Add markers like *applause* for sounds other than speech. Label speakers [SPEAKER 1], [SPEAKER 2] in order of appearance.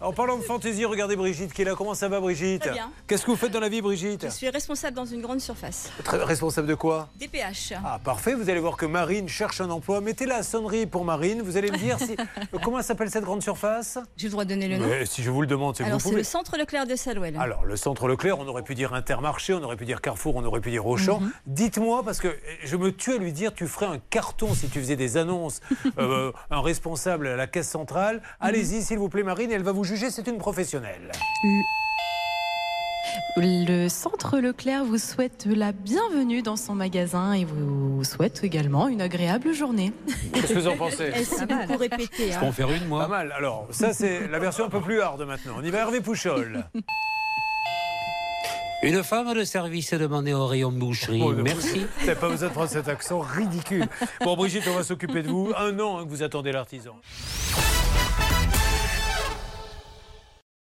[SPEAKER 1] En parlant de fantaisie, regardez Brigitte qui est là. Comment ça va, Brigitte
[SPEAKER 2] Très bien.
[SPEAKER 1] Qu'est-ce que vous faites dans la vie, Brigitte
[SPEAKER 2] Je suis responsable dans une grande surface.
[SPEAKER 1] Très responsable de quoi
[SPEAKER 2] DPH.
[SPEAKER 1] Ah, parfait. Vous allez voir que Marine cherche un emploi. Mettez la sonnerie pour Marine. Vous allez me dire *laughs* si... Euh, comment s'appelle cette grande surface
[SPEAKER 2] J'ai le droit de donner le nom.
[SPEAKER 1] Mais Si je vous le demande, c'est que vous
[SPEAKER 2] Alors, c'est
[SPEAKER 1] pouvez. Ah,
[SPEAKER 2] le centre Leclerc de Salouel.
[SPEAKER 1] Alors, le centre Leclerc, on aurait pu dire Intermarché, on aurait pu dire Carrefour, on aurait pu dire Auchan. Dites-moi, parce que euh, je me tue à lui dire, tu ferais un carton si tu faisais des *laughs* annonces, euh, un responsable à la caisse centrale. Allez-y, s'il vous plaît, Marine, elle va vous juger, c'est une professionnelle.
[SPEAKER 3] Le centre Leclerc vous souhaite la bienvenue dans son magasin et vous souhaite également une agréable journée.
[SPEAKER 1] Qu'est-ce que vous en *laughs* pensez
[SPEAKER 2] Eh, si beaucoup répété. hein.
[SPEAKER 4] en faire une,
[SPEAKER 1] Pas
[SPEAKER 4] moi
[SPEAKER 1] mal. Alors, ça, c'est la version un peu plus hard maintenant. On y va, Hervé Pouchol.
[SPEAKER 4] Une femme de service est demandée au rayon boucherie.
[SPEAKER 1] Oh, non.
[SPEAKER 4] Merci.
[SPEAKER 1] T'as pas besoin de prendre cet accent ridicule. Bon, Brigitte, on va s'occuper de vous. Un an hein, que vous attendez l'artisan.